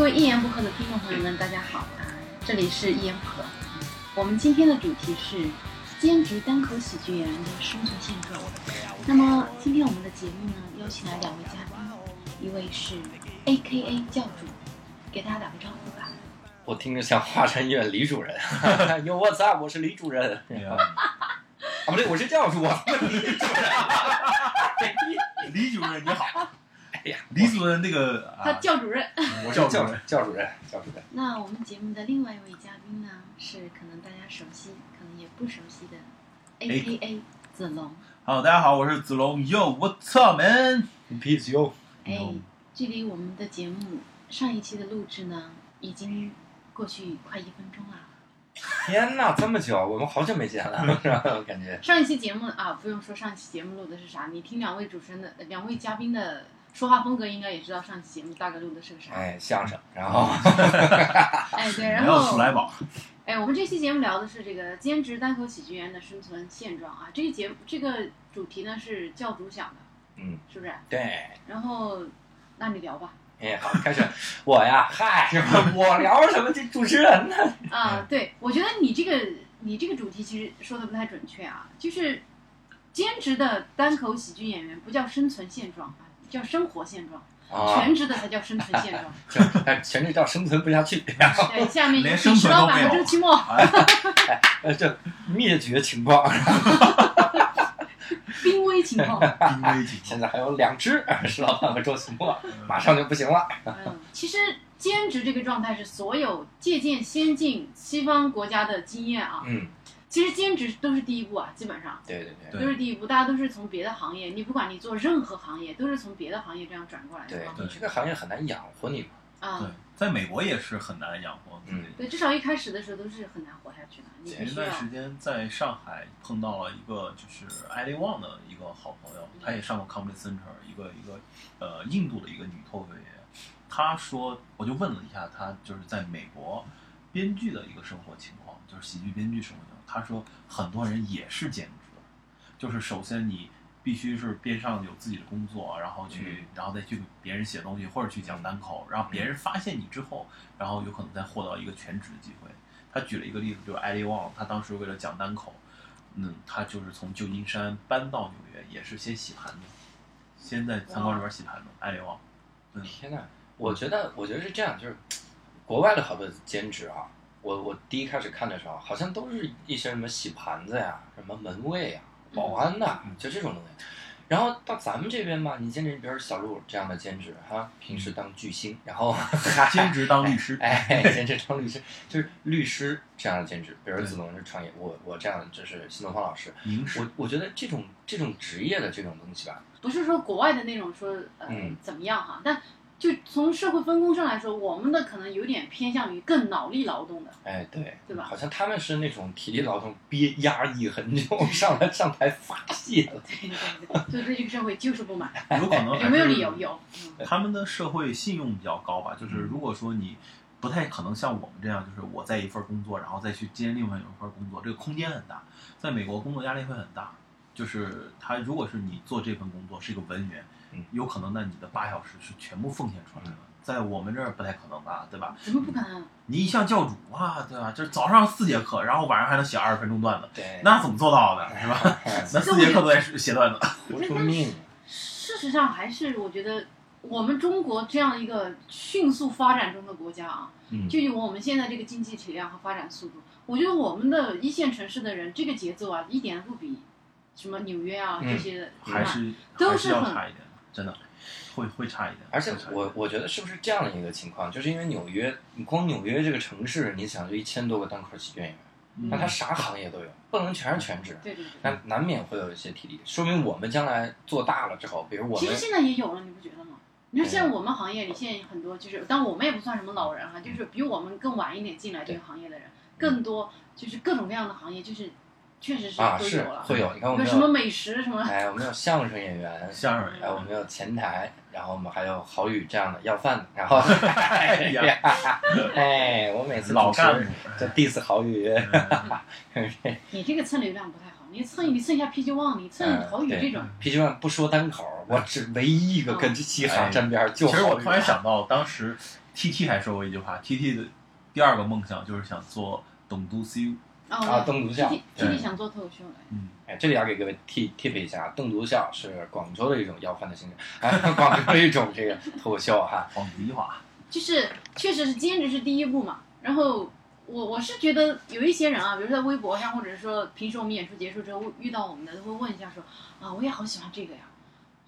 位一言不合的听众朋友们，大家好，啊这里是一言不合。我们今天的主题是兼职单口喜剧演员的生存现状。那么今天我们的节目呢，邀请来两位嘉宾，一位是 A K A 教主，给大家打个招呼吧。我听着像华山医院李主任，哟，我操，我是李主任，啊不对，我是教主，我是 李主任，李主任你好，哎呀，李主任那个他啊，教主任。 我是教教主主任任教主任教主任，那我们节目的另外一位嘉宾呢，是可能大家熟悉，可能也不熟悉的 A K A 子龙。好，大家好，我是子龙，Yo what's up man？皮子哟，哎嗯，距离我们的节目上一期的录制呢，已经过去快一分钟了。天哪，这么久，我们好久没见 了，是吧？我感觉上一期节目啊，不用说上期节目录的是啥，你听两位主持人的、呃两位嘉宾的说话风格，应该也知道上期节目大概录的是个啥。哎，哎相声，然后对，没然有鼠后来 宝，哎，我们这期节目聊的是这个兼职单口喜剧演员的生存现状啊。这个节目这个主题呢是教主想的，嗯，是不是？对。然后，那你聊吧。哎，好，开始我呀，嗨，我聊什么？这主持人呢？哎啊，对，我觉得你这个你这个主题其实说的不太准确啊，就是兼职的单口喜剧演员不叫生存现状啊，叫生活现状，啊，全职的才叫生存现 状。全全这叫生存不下去， 对，下面连有生请石存老都没板和有周奇墨，呃，这灭绝情况，濒危情况。 冰威警现在还有两只石老板和 周奇墨，马上就不行了。嗯，其实兼职这个状态是所有借鉴先进西方国家的经验啊，嗯，其实兼职都是第一步啊，基本上。对对对。对都是第一步，大家都是从别的行业，你不管你做任何行业，都是从别的行业这样转过来的对啊。你这个行业很难养活你嘛。啊、对，在美国也是很难养活自己。对，至少一开始的时候都是很难活下去的。你前必前一须段要时间在上海碰到了一个就是艾利旺的一个好朋友，她也上过 Comedy Center，一个一个呃印度的一个女脱口秀演员。她说，我就问了一下她就是在美国编剧的一个生活情况，就是喜剧编剧生活情况。她说，很多人也是兼职的，就是首先你必须是边上有自己的工作，然后去，然后再去给别人写东西或者去讲单口，然后别人发现你之后，然后有可能再获得一个全职的机会。他举了一个例子，就是艾利旺，他当时为了讲单口，嗯，他就是从旧金山搬到纽约，也是先洗盘子，先在餐馆里边洗盘子。艾利旺，嗯天呐，我觉得，我觉得是这样，就是国外的好多兼职啊，我我第一开始看的时候，好像都是一些什么洗盘子呀、什么门卫呀、保安呐、嗯就这种东西。然后到咱们这边嘛，你兼职，比如小鹿这样的兼职哈，平时当巨星，然后兼职当律师，哎，兼职当律师，就是律师这样的兼职，比如子龙是创业，我我这样的就是新东方老师，名师我我觉得这种这种职业的这种东西吧，不是说国外的那种说呃、嗯怎么样哈，但就从社会分工上来说，我们的可能有点偏向于更脑力劳动的， 哎，对，对吧好像他们是那种体力劳动憋压抑很久，上来上台发泄了。对对对，对对这个社会就是不满，有可哦能还 有是没有理由？有，嗯他们的社会信用比较高吧，就是嗯如果说你不太可能像我们这样，就是我在一份工作，然后再去兼另外一份工作，这个空间很大。在美国工作压力会很大，就是他如果是你做这份工作是一个文员嗯，有可能那你的八小时是全部奉献出来的嗯，在我们这儿不太可能吧，对吧？嗯，怎么不可能？你一向教主啊，对吧？就是早上四节课，然后晚上还能写二十分钟段子，对，那怎么做到的， 是吧？那四节课都在写段子，活出命。事实上还是我觉得我们中国这样一个迅速发展中的国家啊，嗯，就以我们现在这个经济体量和发展速度，我觉得我们的一线城市的人这个节奏啊，一点都不比什么纽约啊、嗯这些慢还是都还是是要很差一点，真的会会差一点。而且会差一点我我觉得是不是这样的一个情况，就是因为纽约，你光纽约这个城市，你想就一千多个单口喜剧演员，那他嗯啥行业都有，不能全是全职，对对对。那难免会有一些体力。说明我们将来做大了之后，比如我其实们，现在也有了，你不觉得吗？你看现在我们行业里现在很多就是，但我们也不算什么老嗯人哈，就是比我们更晚一点进来这个行业的人，更多就是各种各样的行业，就是确实是啊都是有了。会有，你看我有们什么有，美食什么，哎，我们有相声演员，相声 哎，我们有前台，然后我们还有郝宇这样的要饭的，然后，哎呀 哎，我每次老主持干部，就 diss 郝 宇，嗯你这个蹭流量不太好，你蹭你蹭一下 PG One，你蹭嗯好宇对这种，皮球曼不说单口，我只唯一一个跟这嘻哈沾边儿就其郝宇实我突然，想到，当时 T T 还说过一句话，T T 的第二个梦想就是想做董都 C，啊，哦，邓竹对校， ，T T 对 T 想做脱口秀来，嗯，哎，这里要给各位 tip tip 一下，邓竹校是广州的一种要饭的形式，哎， 广州的一种这个脱口秀哈，黄子一话，就是确实是兼职是第一步嘛。然后我我是觉得有一些人啊，比如说在微博上，或者说平时我们演出结束之后遇到我们的，都会问一下说啊，我也好喜欢这个呀。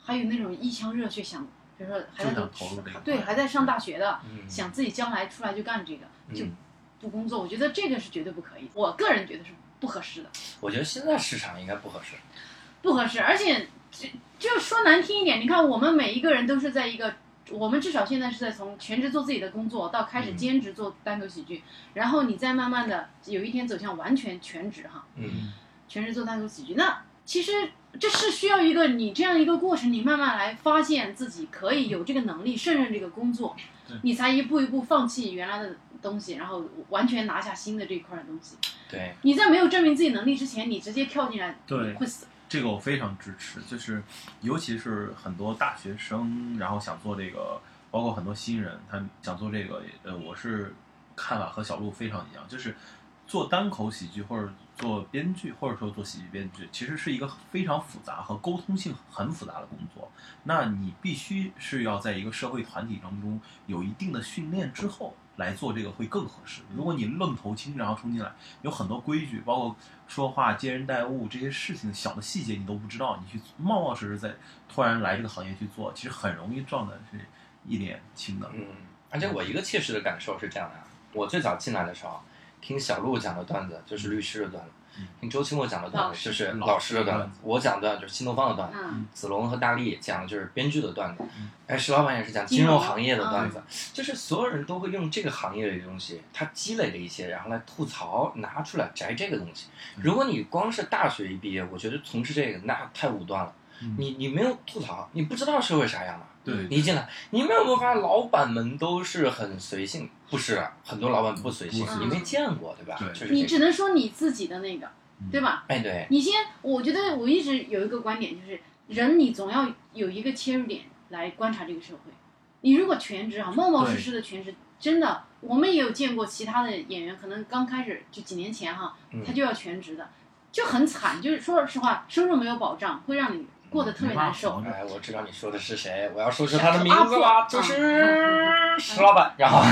还有那种一腔热血想，比如说还在就想投入这个对还在上大学的，嗯，想自己将来出来就干这个，就嗯，不工作，我觉得这个是绝对不可以。我个人觉得是不合适的，我觉得现在市场应该不合适，嗯不合适。而且这就说难听一点，你看我们每一个人都是在一个，我们至少现在是在从全职做自己的工作到开始嗯兼职做单口喜剧，然后你再慢慢的有一天走向完全全职哈，嗯，全职做单口喜剧。那其实这是需要一个你这样一个过程，你慢慢来发现自己可以有这个能力胜任这个工作对，你才一步一步放弃原来的东西，然后完全拿下新的这一块的东西。对，你在没有证明自己能力之前，你直接跳进来，对你会死。这个我非常支持，就是尤其是很多大学生，然后想做这个，包括很多新人，他们想做这个，呃，我是看法和小鹿非常一样，就是做单口喜剧或者做编剧，或者说做喜剧编剧，其实是一个非常复杂和沟通性很复杂的工作。那你必须是要在一个社会团体当中有一定的训练之后来做这个会更合适。如果你愣头青然后冲进来，有很多规矩，包括说话、接人待物这些事情小的细节你都不知道，你去冒冒失失在突然来这个行业去做，其实很容易撞的是一脸青的。嗯，而且我一个切实的感受是这样的啊，我最早进来的时候，听小鹿讲的段子就是律师的段子嗯，听周清我讲的段老子师就是老老师的段段子子，我讲的段子就是新东方的段子，嗯，子龙和大力讲的就是编剧的段子嗯，哎，石老板也是讲金金融融嗯行业的段子，就是所有人都会用这个行业里的东西，他积累了一些，然后来吐槽，拿出来摘这个东西。嗯如果你光是大学一毕业，我觉得从事这个那太武断了，嗯你你没有吐槽，你不知道社会啥样的。对你一进来，你们有没有发现老板们都是很随性？不是，啊很多老板不随性啊不，是你没见过对吧？对就是你这只个。能说你自己的那个，嗯对吧？哎，对，你先，我觉得我一直有一个观点，就是人你总要有一个切入点来观察这个社会。你如果全职啊，冒冒失失的全职，真的，我们也有见过其他的演员，可能刚开始就几年前哈嗯，他就要全职的，就很惨。就是说实话，收入没有保障，会让你过得特别没办难法受。哎，我知道你说的是谁，我要说出他的名字阿啊嗯了，布就是石老板。然后，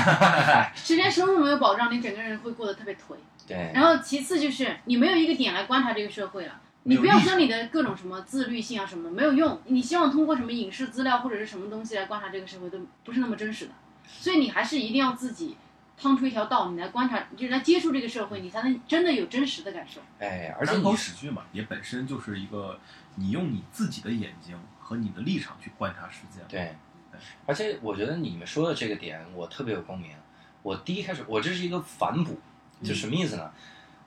首先收入没有保障，你整个人会过得特别颓。对，然后其次就是你没有一个点来观察这个社会了。没你有不要意识说你的各种什么自律性啊什么的没有用，你希望通过什么影视资料或者是什么东西来观察这个社会，都不是那么真实的。所以你还是一定要自己趟出一条道，你来观察，就来接触这个社会，你才能真的有真实的感受。哎，而而且且你口喜剧嘛，也本身就是一个你用你自己的眼睛和你的立场去观察世界。对，而且我觉得你们说的这个点，我特别有共鸣。我第一开始，我这是一个反哺，就什么意思呢？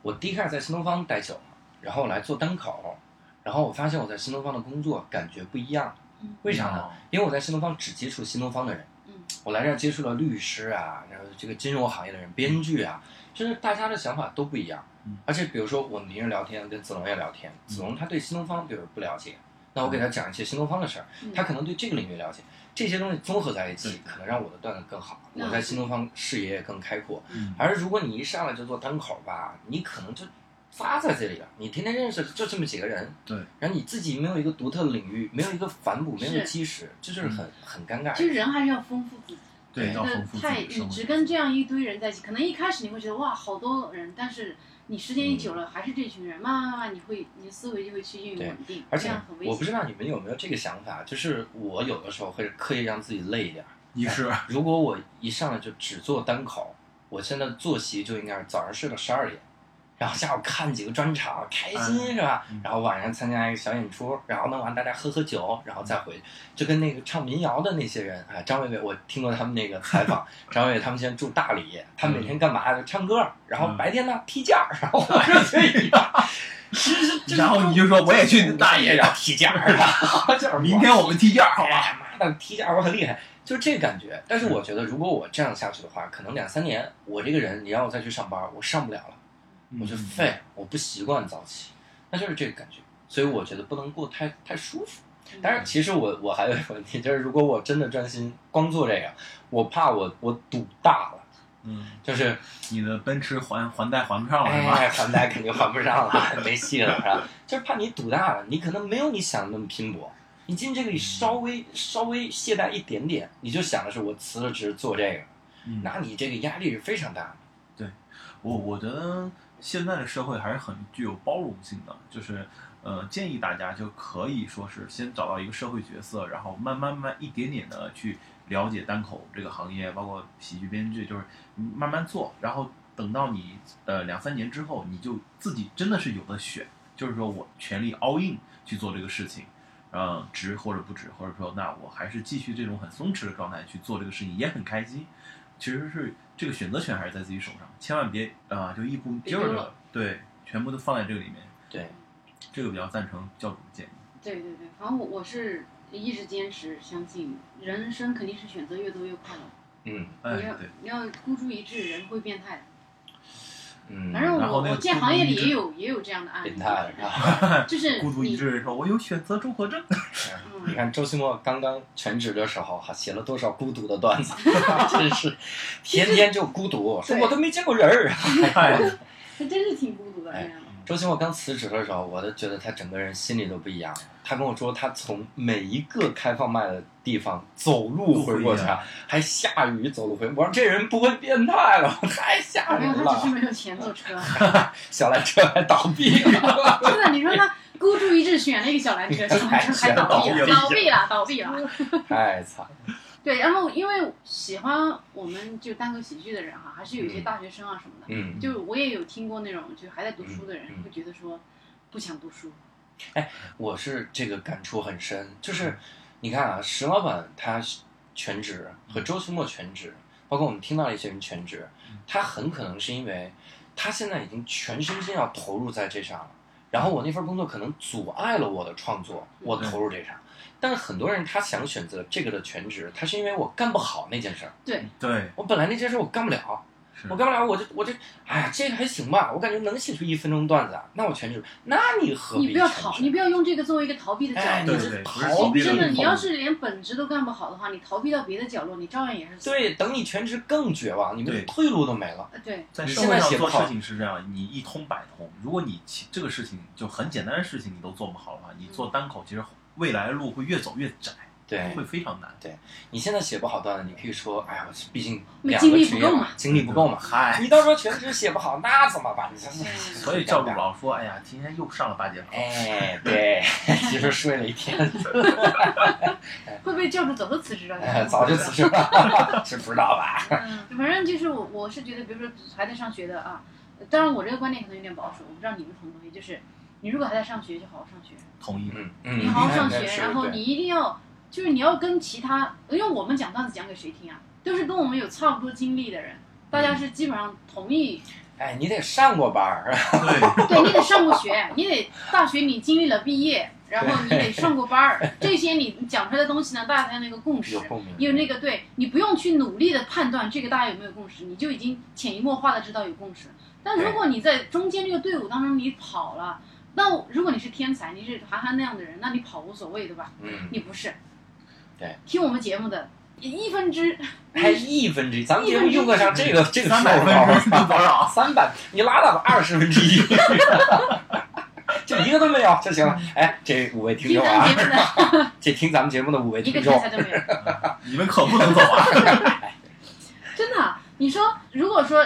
我第一开始在新东方待久了，然后我来做单口，然后我发现我在新东方的工作感觉不一样嗯，为啥哦呢？？因为我在新东方只接触新东方的人，嗯，我来这儿接触了律师啊，然后这个金融行业的人、编剧啊，就是大家的想法都不一样嗯。而且比如说我们平时聊天，跟子龙也聊天，子龙他对新东方比如不了解，那我给他讲一些新东方的事儿，嗯他可能对这个领域了解，这些东西综合在一起对，可能让我的段子更好，那我在新东方视野也更开阔。嗯，而如果你一上来就做单口吧，你可能就发在这里了，你天天认识就这么几个人，对，然后你自己没有一个独特的领域，没有一个反哺，没有一个是基石，这就是很很尴尬。就是人还是要丰富自己。对，要丰富那自太己的你生只活。跟这样一堆人在一起，可能一开始你会觉得哇好多人，但是你时间一久嗯了还是这群人，慢慢慢慢你会你的思维就会趋近于对稳定，而这且样很危我不险。嗯知道你们有没有这个想法，就是我有的时候会刻意让自己累一点儿。你是如果我一上来就只做单口，我现在作息就应该是早上睡到十二点，然后下午看几个专场，开心、嗯是吧嗯？然后晚上参加一个小演出，然后弄完大家喝喝酒，然后嗯再回，就跟那个唱民谣的那些人啊，张伟伟，我听过他们那个采 访，张伟伟他们现在住大理，他们每天干嘛？就唱歌，然后嗯白天呢踢毽儿，然后晚 上睡一觉。是是是然后你就说我也去 大爷要踢毽儿了， 就是明天我们踢毽儿好吧？哎妈的，踢毽我很厉害，就是这感觉。但是我觉得，如果我这样下去的话，可能两三年，我这个人，你让我再去上班，我上不了了，我就废了，我不习惯早起，那就是这个感觉。所以我觉得不能过太太舒服，当然，其实我我还有一个问题，就是如果我真的专心光做这个，我怕我我赌大了，嗯，就是你的奔驰还还贷还不上了是吧？哎，还贷肯定还不上了， 没戏了，是吧？就是怕你赌大了，你可能没有你想的那么拼搏。你进这个里稍微稍微懈怠一点点，你就想的是我辞了职做这个，嗯，那你这个压力是非常大的。我我觉得现在的社会还是很具有包容性的，就是呃，建议大家就可以说是先找到一个社会角色，然后慢慢慢一点点的去了解单口这个行业，包括喜剧编剧，就是你慢慢做，然后等到你呃两三年之后，你就自己真的是有的选，就是说我全力 all in 去做这个事情。嗯，值或者不值，或者说，那我还是继续这种很松弛的状态去做这个事情，也很开心。其实是这个选择权还是在自己手上，千万别啊、就一步别一儿丢的了，对，全部都放在这个里面。对，这个比较赞成教主的建议。对对对，反正我我是一直坚持相信，人生肯定是选择越多越快乐。嗯哎，你要对，你要孤注一掷，人会变态的。嗯，反正然我后那个我见行业里孤注也一掷有也有这样的案例变，态了，是吧？ 就是 孤注一你嗯 掷说：“我有选择综合症。你 看周奇墨刚刚全职的时候，哈，写了多少孤独的段子， 真是天天就孤独，说对我都没见过人儿。”哎，他真是挺孤独的哎这样的。周奇墨刚辞职的时候，我都觉得他整个人心里都不一样了。他跟我说，他从每一个开放麦的地方走路回过家，还下雨走路回。我说这人不会变态了， 太吓没有，人嗯他只是了。没有钱坐车。小缆车还倒闭了， 真的，你说 他孤注一掷选了一个小蓝车，小蓝车还倒闭了，倒闭了，倒闭了。太惨了。对，然后因为喜欢我们就单口喜剧的人哈，还是有一嗯些大学生啊什么的。嗯，就我也有听过那种就还在读书的人嗯嗯会觉得说不想读书，我是这个感触很深，就是嗯你看啊，石老板他全职嗯和周奇墨全职，包括我们听到的一些人全职嗯，他很可能是因为他现在已经全身心要投入在这上了。嗯然后我那份工作可能阻碍了我的创作，我投入这上。但是很多人他想选择这个的全职，他是因为我干不好那件事儿，对，对，我本来那件事儿我干不了，是嗯我干不了，我就我就，哎呀，这个还行吧，我感觉能写出一分钟段子啊，那我全职，那你何必你不要全逃，职你不要用这个作为一个逃避的角哎，度对你对就是。这对不是逃避真的，了你要是连本职都干不好的话，你逃避到别的角落，你照样也是死。对，等你全职更绝望，你对们退路都没了。呃对，在你社现会在上写不做好事情是这样，你一通百通。如果你其这个事情就很简单的事情你都做不好的话，你做单口其实未来的路会越走越窄，对会非常难。你现在写不好段子，你可以说，哎呀，我毕竟你两精个力职不业够嘛嘛精力不够嘛。嗨，你到时候全职写不好，那怎么办？你这嗯是很哎所以尴教主尬老说：“哎呀，今天又上了八节课。”哎，对， 其实睡了一天，会不会教主早都辞职了？哎早就辞职了， 是不知道吧？嗯， 反正就是我，我是觉得，比如说还在上学的啊，当然我这个观点可能有点保守，我不知道你们同不同意。就是你如果还在上学，就好好上学，同意。嗯嗯，你好好上应该学，是然后对你一定要，就是你要跟其他，因为我们讲段子讲给谁听啊，都是跟我们有差不多经历的人，大嗯家是基本上同一，哎，你得上过班儿， 对，对你得上过学，你得大学你经历了毕业，然后你得上过班儿，这些你讲出来的东西呢，大家才有那个共识有。共鸣，有那个对你不用去努力的判断这个大家有没有共识，你就已经潜移默化的知道有共识。但如果你在中间这个队伍当中你跑了，那我如果你是天才，你是韩寒那样的人，那你跑无所谓，对吧？嗯，你不是。对。听我们节目的一分之，还一分之一，咱们一节分目之一用得上这个这个三百手稿分之多少？ 三百，你拉倒吧，二十分之一， 就一个都没有就行了。哎，这五位听听众咱啊们，节目 的这听咱们节目的五位一个听天众才，都没有，你们可不能走啊！ 真的。啊你说，如果说，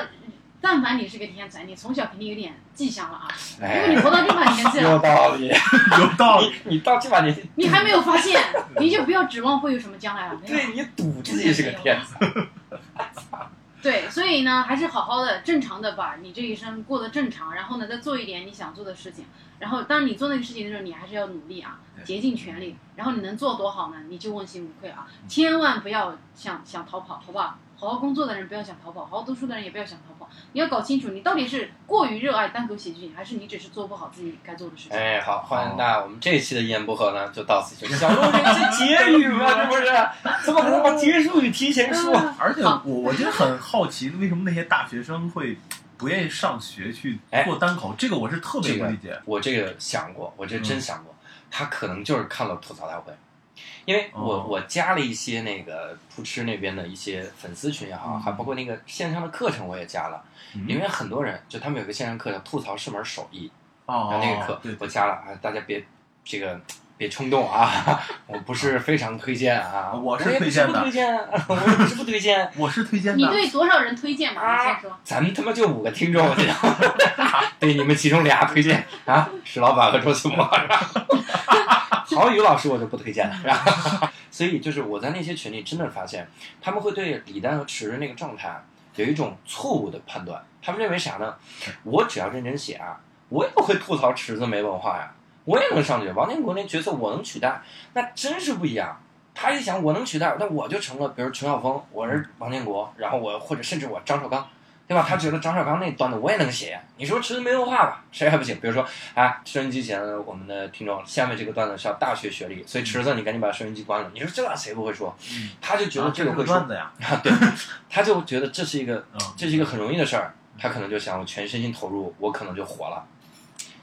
但凡你是个天才，你从小肯定有点迹象了啊，因为哎你，活到这把年纪 有了，道理。有道 理。你你到这把年纪，你还没有发现，你就不要指望会有什么将来了。没有对你赌自己是个天才，对，所以呢，还是好好的、正常的把你这一生过得正常，然后呢，再做一点你想做的事情。然后，当你做那个事情的时候，你还是要努力啊，对竭尽全力。然后你能做多好呢？你就问心无愧啊！千万不要想想逃跑，好不好？好好工作的人不要想逃跑，好好读书的人也不要想逃跑。你要搞清楚，你到底是过于热爱单口喜剧，还是你只是做不好自己该做的事情？哎，好，欢迎那我们这一期的一言不合呢，就到此结 束。小鹿，这是结语吗？这不是？怎么可能把结束语提前说？啊而且我好我就很好奇，为什么那些大学生会不愿意哎上学去做单口？这个我是特别不理解。嗯我这个想过，我这真想过。他可能就是看了吐槽大会，因为我、哦我加了一些那个扑哧那边的一些粉丝群也好，嗯还包括那个线上的课程我也加了，嗯里面很多人就他们有个线上课叫吐槽是门手艺，哦，然后那个课对，我加了啊，大家别这个别冲动啊， 我不是非常推荐啊，我是也推荐的不推荐，啊 我也不是不推荐，我是推荐你的，对多少人推荐啊吧？你先说。咱们他妈就五个听众，我知道吗 对你们其中俩推荐啊，石老板和周奇墨， 郝宇老师我就不推荐了， 然后所以就是我在那些群里真的发现，他们会对李诞和池那个状态有一种错误的判断，他们认为啥呢？我只要认真写啊，我也不会吐槽池子没文化呀，我也能上去。王建国那角色我能取代，那真是不一样。他一想我能取代，那我就成了，比如陈晓峰，我是王建国，然后我或者甚至我张绍刚，对吧？他觉得张绍刚那段子我也能写呀。你说池子没文化吧，谁还不行？比如说，哎，收音机前我们的听众，下面这个段子是要大学学历，所以池子你赶紧把收音机关了。你说这谁不会说？嗯他就觉得啊这这个是会个说，段子呀，啊，对，他就觉得这是一个嗯，这是一个很容易的事儿，他可能就想我全身心投入，我可能就火了。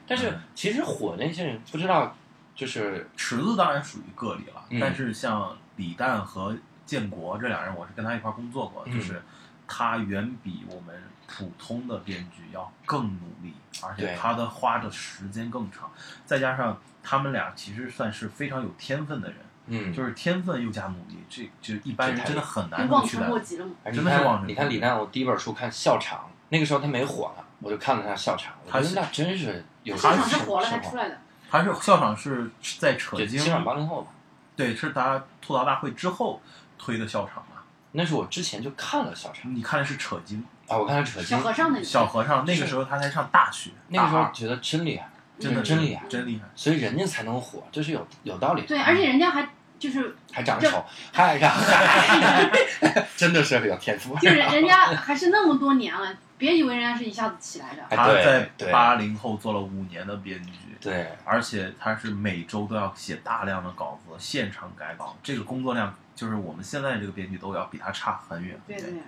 但是嗯其实火那些人不知道，就是池子当然属于个例了，嗯但是像李诞和建国这俩人，我是跟他一块儿工作过，嗯就是他远比我们普通的编剧要更努力，而且对他的花的时间更长，再加上他们俩其实算是非常有天分的人，嗯，就是天分又加努力，这就一般人真的很难你能望去尘的莫及了吗？而真的是忘看，人哎你看李诞，我第一本书看《笑场》，那个时候他没火呢，我就看了他《笑场》，我他觉是得那真是有市场生是火了才生出活来的，还是校长是在扯就经今，晚八零后吧，对，是他吐槽大会之后推的校场嘛？那是我之前就看了《笑场你看的是扯经，》啊，我看了扯经小，和尚那个。小和尚那个时候他才上大学，那个时大候二觉得真厉害，真的是真厉害，真厉害。所以人家才能火，这是有有道理的。对，而且人家还就是还长 得丑，还 然后真的是有天赋。就是人家还是那么多年了，别以为人家是一下子起来的。哎他对在对八零后做了五年的编剧，对，而且他是每周都要写大量的稿子，现场改稿，这个工作量就是我们现在这个编剧都要比他差很远。对对，对，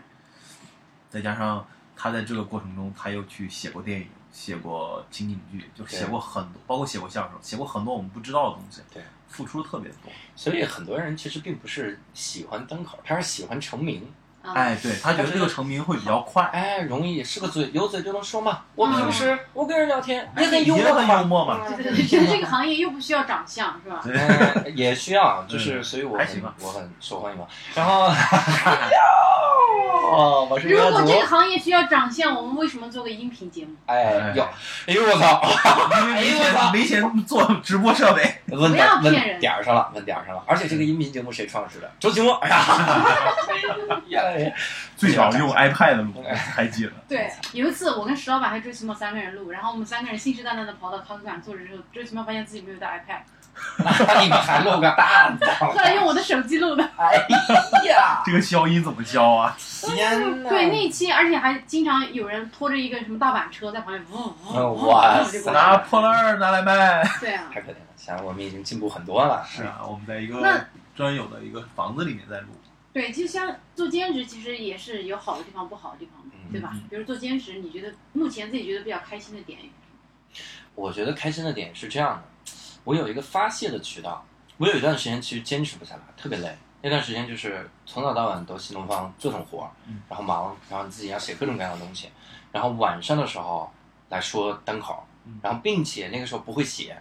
再加上他在这个过程中，他又去写过电影，写过情景剧，就写过很多，包括写过相声，写过很多我们不知道的东西。对，付出特别多。所以很多人其实并不是喜欢单口，他是喜欢成名，嗯哎，对他觉得这个成名会比较快，啊哎，容易是个嘴，有嘴就能说嘛。我平时、嗯我跟人聊天也很幽也默啊很嘛幽，默嘛。对对对，觉得这个行业又不需要长相，是吧？哎也需要，就是嗯所以我还很行吧我很受 欢迎嘛。然后，哦，我是如刘果彦祖这，个行业需要长相，我们为什么做个音频节目？哎呦，哎呦 我操，因为没哎呦我操钱没钱做直播设备，问不要点问骗人点儿上了，问点儿上了。而且这个音频节目谁创始的？周奇墨，哎 呀，越来越最哎早用 iPad 录，还记得。对，有一次我跟石老板还有周奇墨三个人录，然后我们三个人信誓旦旦的跑到咖啡馆坐着之后，周奇墨发现自己没有带 iPad，那你们还露个蛋呢？后来用我的手机录的。哎呀，这个消音怎么消 啊？天哪！对，那一期而且还经常有人拖着一个什么大板车在旁边，呜呜嗯呜，哇就塞过来了拿破烂儿拿来卖。对啊，太可怜了，想来我们已经进步很多了。是啊，我们在一那个专有的一个房子里面在录。对，就像做兼职，其实也是有好的地方，不好的地方嘛，嗯对吧嗯？比如做兼职，你觉得目前自己觉得比较开心的点有什么？我觉得开心的点是这样的，我有一个发泄的渠道。我有一段时间其实坚持不下来，特别累。那段时间就是从早到晚都新东方各种活儿嗯，然后忙，然后你自己要写各种各样的东西，然后晚上的时候来说单口嗯，然后并且那个时候不会写，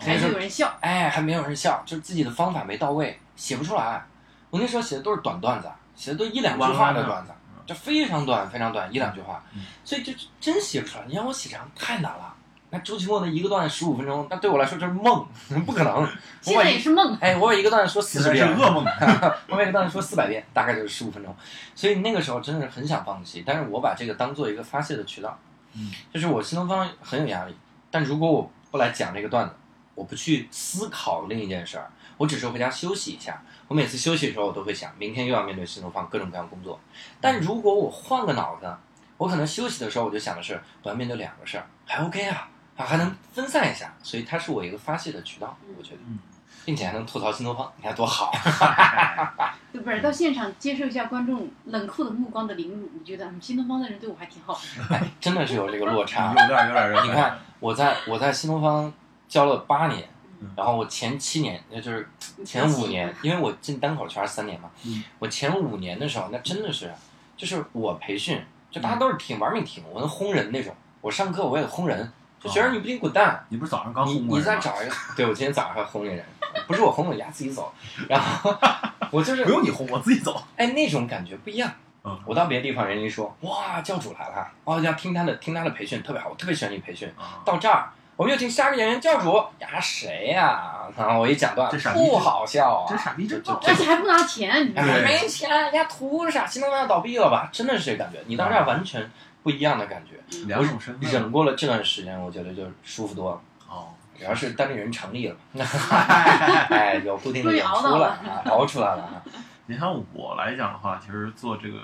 那还个时是候有人笑，哎，还没有人笑，就是自己的方法没到位，写不出来。我那时候写的都是短段子，写的都一两句话的段子嗯，就非常短，非常短，一两句话嗯，所以就真写不出来。你让我写长太难了。那周奇墨的一个段十五分钟，那对我来说就是梦， 不可能。我现把在一也是梦。啊哎，我把一个段子说四现十在是遍，噩梦。 我每个段子说四百遍，大概就是十五分钟，所以那个时候真的是很想放弃，但是我把这个当做一个发泄的渠道，嗯，就是我新东方很有压力，但如果我不来讲这个段子，我不去思考另一件事儿，我只是回家休息一下，我每次休息的时候我都会想，明天又要面对新东方各种各样的工作，但如果我换个脑子，我可能休息的时候我就想的是，我要面对两个事儿，还 OK 啊，啊还能分散一下，所以它是我一个发泄的渠道，我觉得，嗯，并且还能吐槽新东方，你看多好。哎对不是到现场接受一下观众冷酷的目光的凌辱，你觉得嗯，新东方的人对我还挺好的。哎，真的是有这个落 有差。嗯点儿有点儿有点儿。你看，我在我在新东方教了八年，嗯然后我前七年，那就是你前自己五年，因为我进单口圈三年嘛，嗯我前五年的时候，那真的是，就是我培训，就嗯大家都是挺玩命挺，我能轰人那种。我上课我也轰人，就觉得哦你不行滚蛋，你不是早上刚你轰过你人再吗？找一个。对我今天早上还轰那人，不是我轰我丫自己走，然后 我就是不用你轰，我自己走。哎那种感觉不一样。嗯我到别的地方，人家一说哇教主来了，哦要听他的听他的培训特别好，我特别喜欢你培训。 啊，到这儿，我们又请下个演员教主呀，谁呀、然后我一讲段这子傻逼不真好笑啊，这傻逼真哎就棒就！而且还不拿钱，你知道哎吗？没钱，人家图啥？新东方要倒闭了吧？真的是这感觉，你到嗯这儿完全不一样的感觉。两种身份忍过了这段时间，我觉得就舒服多了。哦，主要是单立人成立 了，哎，有固定的终于演 熬出到了了啊，熬出来了啊。你像我来讲的话，其实做这个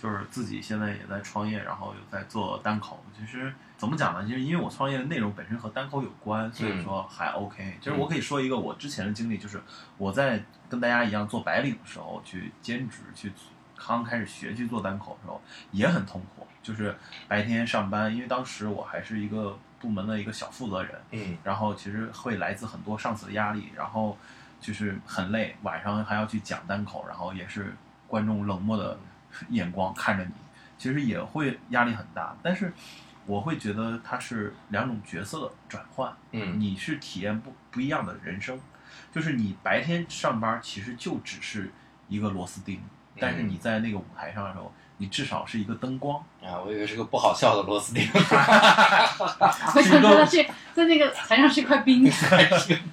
就是自己现在也在创业，然后又在做单口。其实怎么讲呢？就是因为我创业的内容本身和单口有关，所以说还 OK。就是我可以说一个我之前的经历，就是我在跟大家一样做白领的时候，去兼职去刚开始学去做单口的时候，也很痛苦。就是白天上班，因为当时我还是一个部门的一个小负责人，嗯然后其实会来自很多上司的压力，然后就是很累，晚上还要去讲单口，然后也是观众冷漠的眼光看着你，其实也会压力很大。但是我会觉得它是两种角色的转换，嗯你是体验不不一样的人生，就是你白天上班其实就只是一个螺丝钉，但是你在那个舞台上的时候，你至少是一个灯光，啊，我以为是个不好笑的螺丝钉，我想说的是，在那个台上是块冰，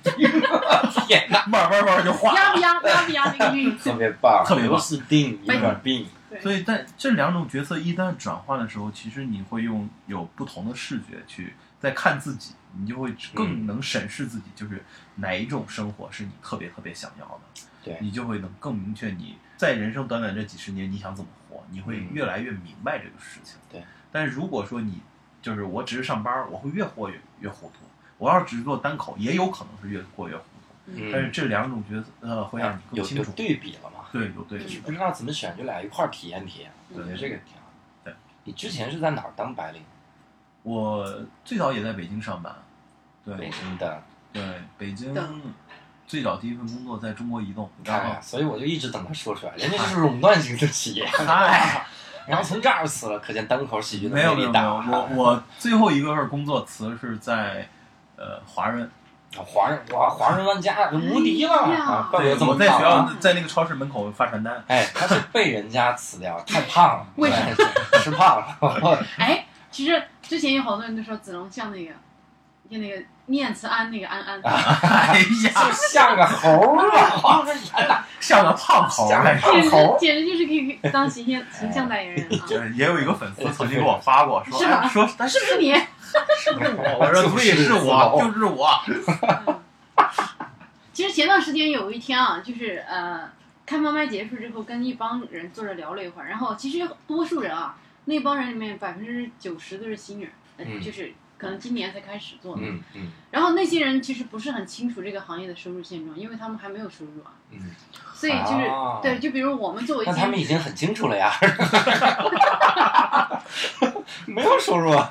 天哪，慢慢慢慢就化压不压压不压那个韵 特脚？别棒，特别棒螺丝钉一块病。所以在这两种角色一旦转换的时候，其实你会用有不同的视觉去在看自己，你就嗯会更能审视自己，就是哪一种生活是你特别特别想要的，对你就会能更明确你在人生短短这几十年你想怎么活，你会嗯越来越明白这个事情。对，但是如果说你就是我只是上班，我会越活越越糊涂。我要是只是做单口，也有可能是越活越糊涂。但是嗯，这两种角色呃会让你有更有清楚。对比了吗？对，有对嗯比不知道怎么选，就俩一块儿体验体验。我觉得这个挺好。对，你之前是在哪儿当白领？我最早也在北京上班，北对京的，对，北京对最早第一份工作在中国移动，你看然看，后所以我就一直等他说出来，人家就是垄断型的企业。嗯嗨，然后从这儿死了，可见单口喜剧的没有没魅力有没大。有，我我最后一个份工作辞是在呃华润，我华人哇，华人万家无敌了哎呀啊！怪不得这我么在学胖啊。校在那个超市门口发传单， 哎，他是被人家辞掉，太胖了，为什么对吃胖了？哎，其实之前有好多人都说子龙像那个，就那个念慈庵那个安 啊安，哎就呀，像个猴儿啊！像个胖猴像个儿。胖简直猴儿。简直就是可以当形象形象代言人哎啊！呃也有一个粉丝曾经给我发 过，说是吧哎说哎是不是你？是不是我？我说对，是我，就是我。嗯其实前段时间有一天啊，就是呃，开放麦结束之后，跟一帮人坐着聊了一会儿，然后其实多数人啊，那帮人里面百分之九十都是新人，呃嗯就是可能今年才开始做的。嗯嗯然后那些人其实不是很清楚这个行业的收入现状，因为他们还没有收入啊，嗯，所以就是、啊对，就比如我们作为那兼他们已经很清楚了呀，没有收入啊，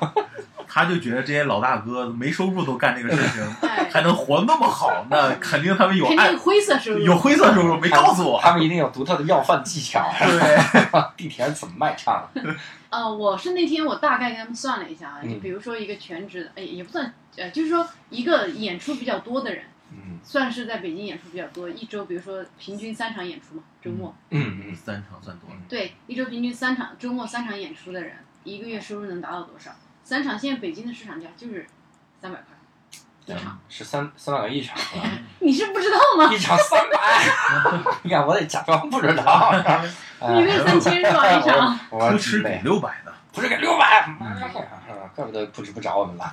他就觉得这些老大哥没收入都干这个事情，哎，还能活那么好，那肯定他们 有肯暗定灰色收入有灰色收入，没告诉我。他们一定有独特的要饭技巧，对，地铁是怎么卖唱的？呃，我是那天我大概给他们算了一下啊，嗯就比如说一个全职的，哎，也不算，呃，就是说一个演出比较多的人，嗯算是在北京演出比较多，一周比如说平均三场演出嘛，周末、嗯嗯，三场算多了，对，一周平均三场，周末三场演出的人，一个月收入能达到多少？三场现在北京的市场价就是三百块嗯一场，是三三百个一场是吧，你是不知道吗？一场三百，你看我得假装不知道，哎你那三千是吧？一场，我我不吃给六百的，不是给六百，妈呀，怪不得不知不找我们了，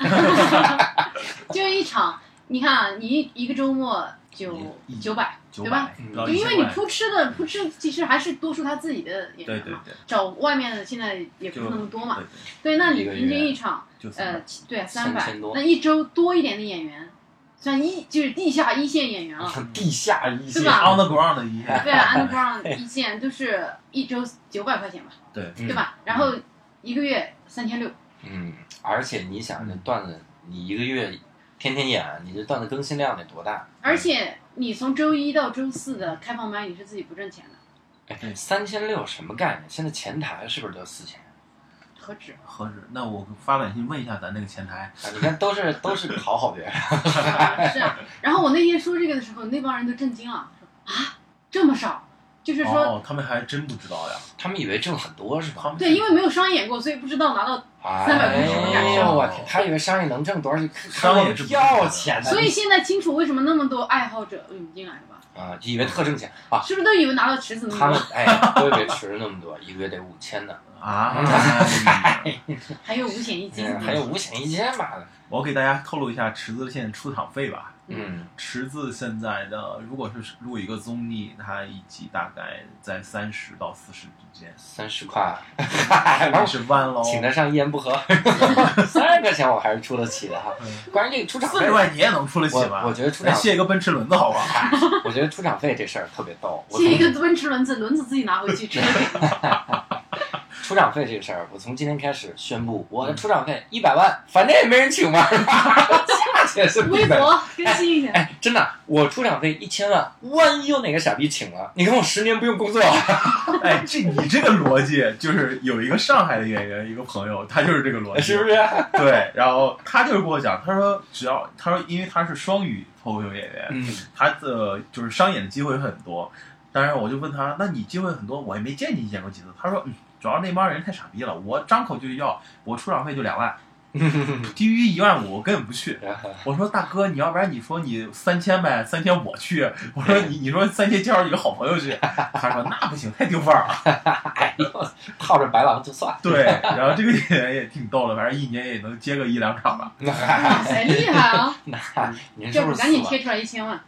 就一场，你看啊，你一一个周末九一九百，九对吧百，不到就因为你1000块扑吃的扑吃，其实还是多数他自己的演对员对嘛，对，找外面的现在也不是就那么多嘛对。对，对，那你一个月平均一场，就三呃百，，对，三百千多，那一周多一点的演员，算一就是地下一线演员了。 地下一线啊是，吧 on the ground 的一对啊，underground 一线都是一周九百块钱吧，对，嗯对？吧？然后一个月三千六，嗯，而且你想，这段子你一个月天天演，你这段子更新量得多大？而且你从周一到周四的开放麦，你是自己不挣钱的，哎，嗯三千六什么概念？现在前台是不是都四千？何止？ 何止？那我发短信问一下咱那个前台，啊，你看都是都是讨好别 人，啊是啊。然后我那天说这个的时候，那帮人都震惊了，说啊，这么少，就是说、哦，他们还真不知道呀，他们以为挣很多是他吧？们对，因为没有商演过，所以不知道拿到。哎350是感受呦我天，他以为商业能挣多少钱？商业是不挣钱的要钱的， 所以现在清楚为什么那么多爱好者涌进来了吧？啊，以为特挣钱啊，是不是都以为拿到池子那他么们 多？哎都以为吃了那么多，一个月得五千呢，啊，还有五险一金，嗯还有五险一金嘛的，我给大家透露一下池子现在出场费吧。嗯池子现在的，如果是录一个综艺，它一集大概在三十到四十之间，三十块， 嗨二十万哦喽。请得上一言 不合，三十块钱我还是出得起的哈。关于这个出场四费十，万你也能出得起吧？我我觉得出来场，卸一个奔驰轮子好不好？我觉得出场费这事儿特别逗。我借一从个奔驰轮子，轮子自己拿回 去吃。出场费这个事儿，我从今天开始宣布，我的嗯出场费一百万，反正也没人请 嘛，下去也是不微一百博更新一下，哎，真的，我出场费一千万，万一有哪个傻逼请了，你看我十年不用工作，嗯哎，这你这个逻辑就是有一个上海的演员，一个朋友，他就是这个逻辑，是不是？对，然后他就是跟我讲，他说只要他说，因为他是双语脱口秀演员，嗯，他的就是商演的机会很多。当然，我就问他，那你机会很多，我也没见你演过几次。他说，嗯，主要那帮人太傻逼了，我张口就要，我出场费就两万，嗯 低于一万五我根本不去。我说大哥，你要不然你说你三千呗，三千我去。我说你你说三千介绍几个好朋友去，他说那不行，太丢范儿了。哎呦，套着白狼就算。 对，然后这个演员也挺逗的，反正一年也能接个一两场吧。哇塞，厉害啊！ 那您是这不我是赶紧死了贴出来一千 万。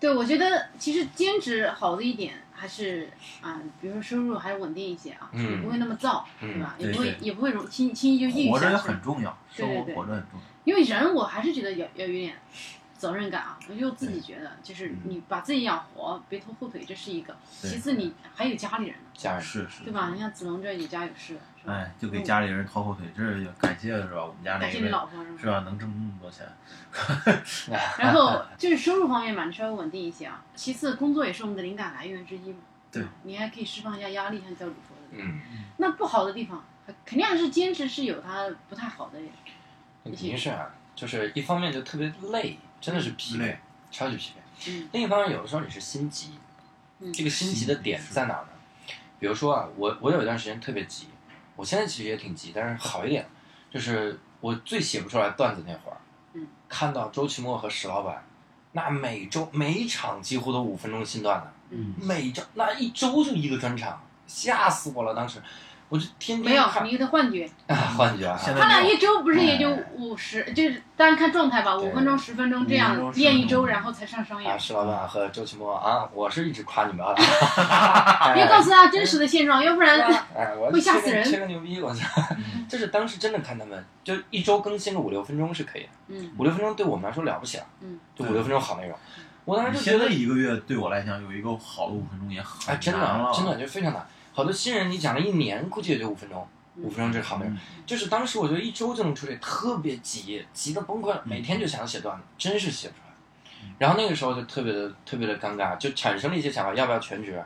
对，我觉得其实兼职好的一点还是啊、比如说收入还是稳定一些啊，嗯不会那么燥，对嗯吧？对也不会对也不会容轻轻易就抑郁活着下也去很。重要，对生对活对活着很重要。因为人我还是觉得有有一点责任感啊，我就自己觉得就是嗯你把自己养活，别拖后腿，这是一个。对其次你还有家里人呢，家人，是是，对吧？你看子龙这也家有事，是吧？哎，就给家里人拖后腿，这是感谢是吧？我们家感那谢你位老婆是吧？是吧，能挣那么多钱，啊然后 就是收入方面嘛，你稍微稳定一些啊。其次，工作也是我们的灵感来源之一嘛。对，你还可以释放一下压力，像教主说的。嗯，那不好的地方，肯定还是坚持是有它不太好的。肯定是啊，就是一方面就特别累，真的是疲惫累，超级疲惫。嗯另一方面，有的时候你是心急，嗯这个心急的点在哪儿呢？比如说啊，我我有一段时间特别急，我现在其实也挺急，但是好一点，就是我最写不出来段子那会儿，嗯，看到周奇墨和史老板，那每周每一场几乎都五分钟新段子，嗯，每周那一周就一个专场，吓死我了！当时我就天没天有，看你的幻觉。啊， 幻觉啊，现在他俩没有一周不是也就哎五十，就是当然看状态吧，对五分钟、十分钟这样嗯五分钟10练一分周，钟然后才上商啊，演。石老板和周奇墨啊，我是一直夸你们 啊，要告诉大家真实的现状，要不然 哎，我会吓死人吹个牛逼，我操！嗯就是当时真的看他们，就一周更新个五六分钟是可以的，嗯五六分钟对我们来说了不起了，嗯，就五六分钟好内容。 我当你时就觉现在得，一个月对我来讲有一个好的五分钟也很哎，真难了的，真的就非常难。好多新人你讲了一年，估计也就五分钟，五分钟这是好内容嗯。就是当时我觉得一周就能出来，特别急，急得崩溃了，每天就想写段子，真是写不出来。然后那个时候就特别的特别的尴尬，就产生了一些想法，要不要全职？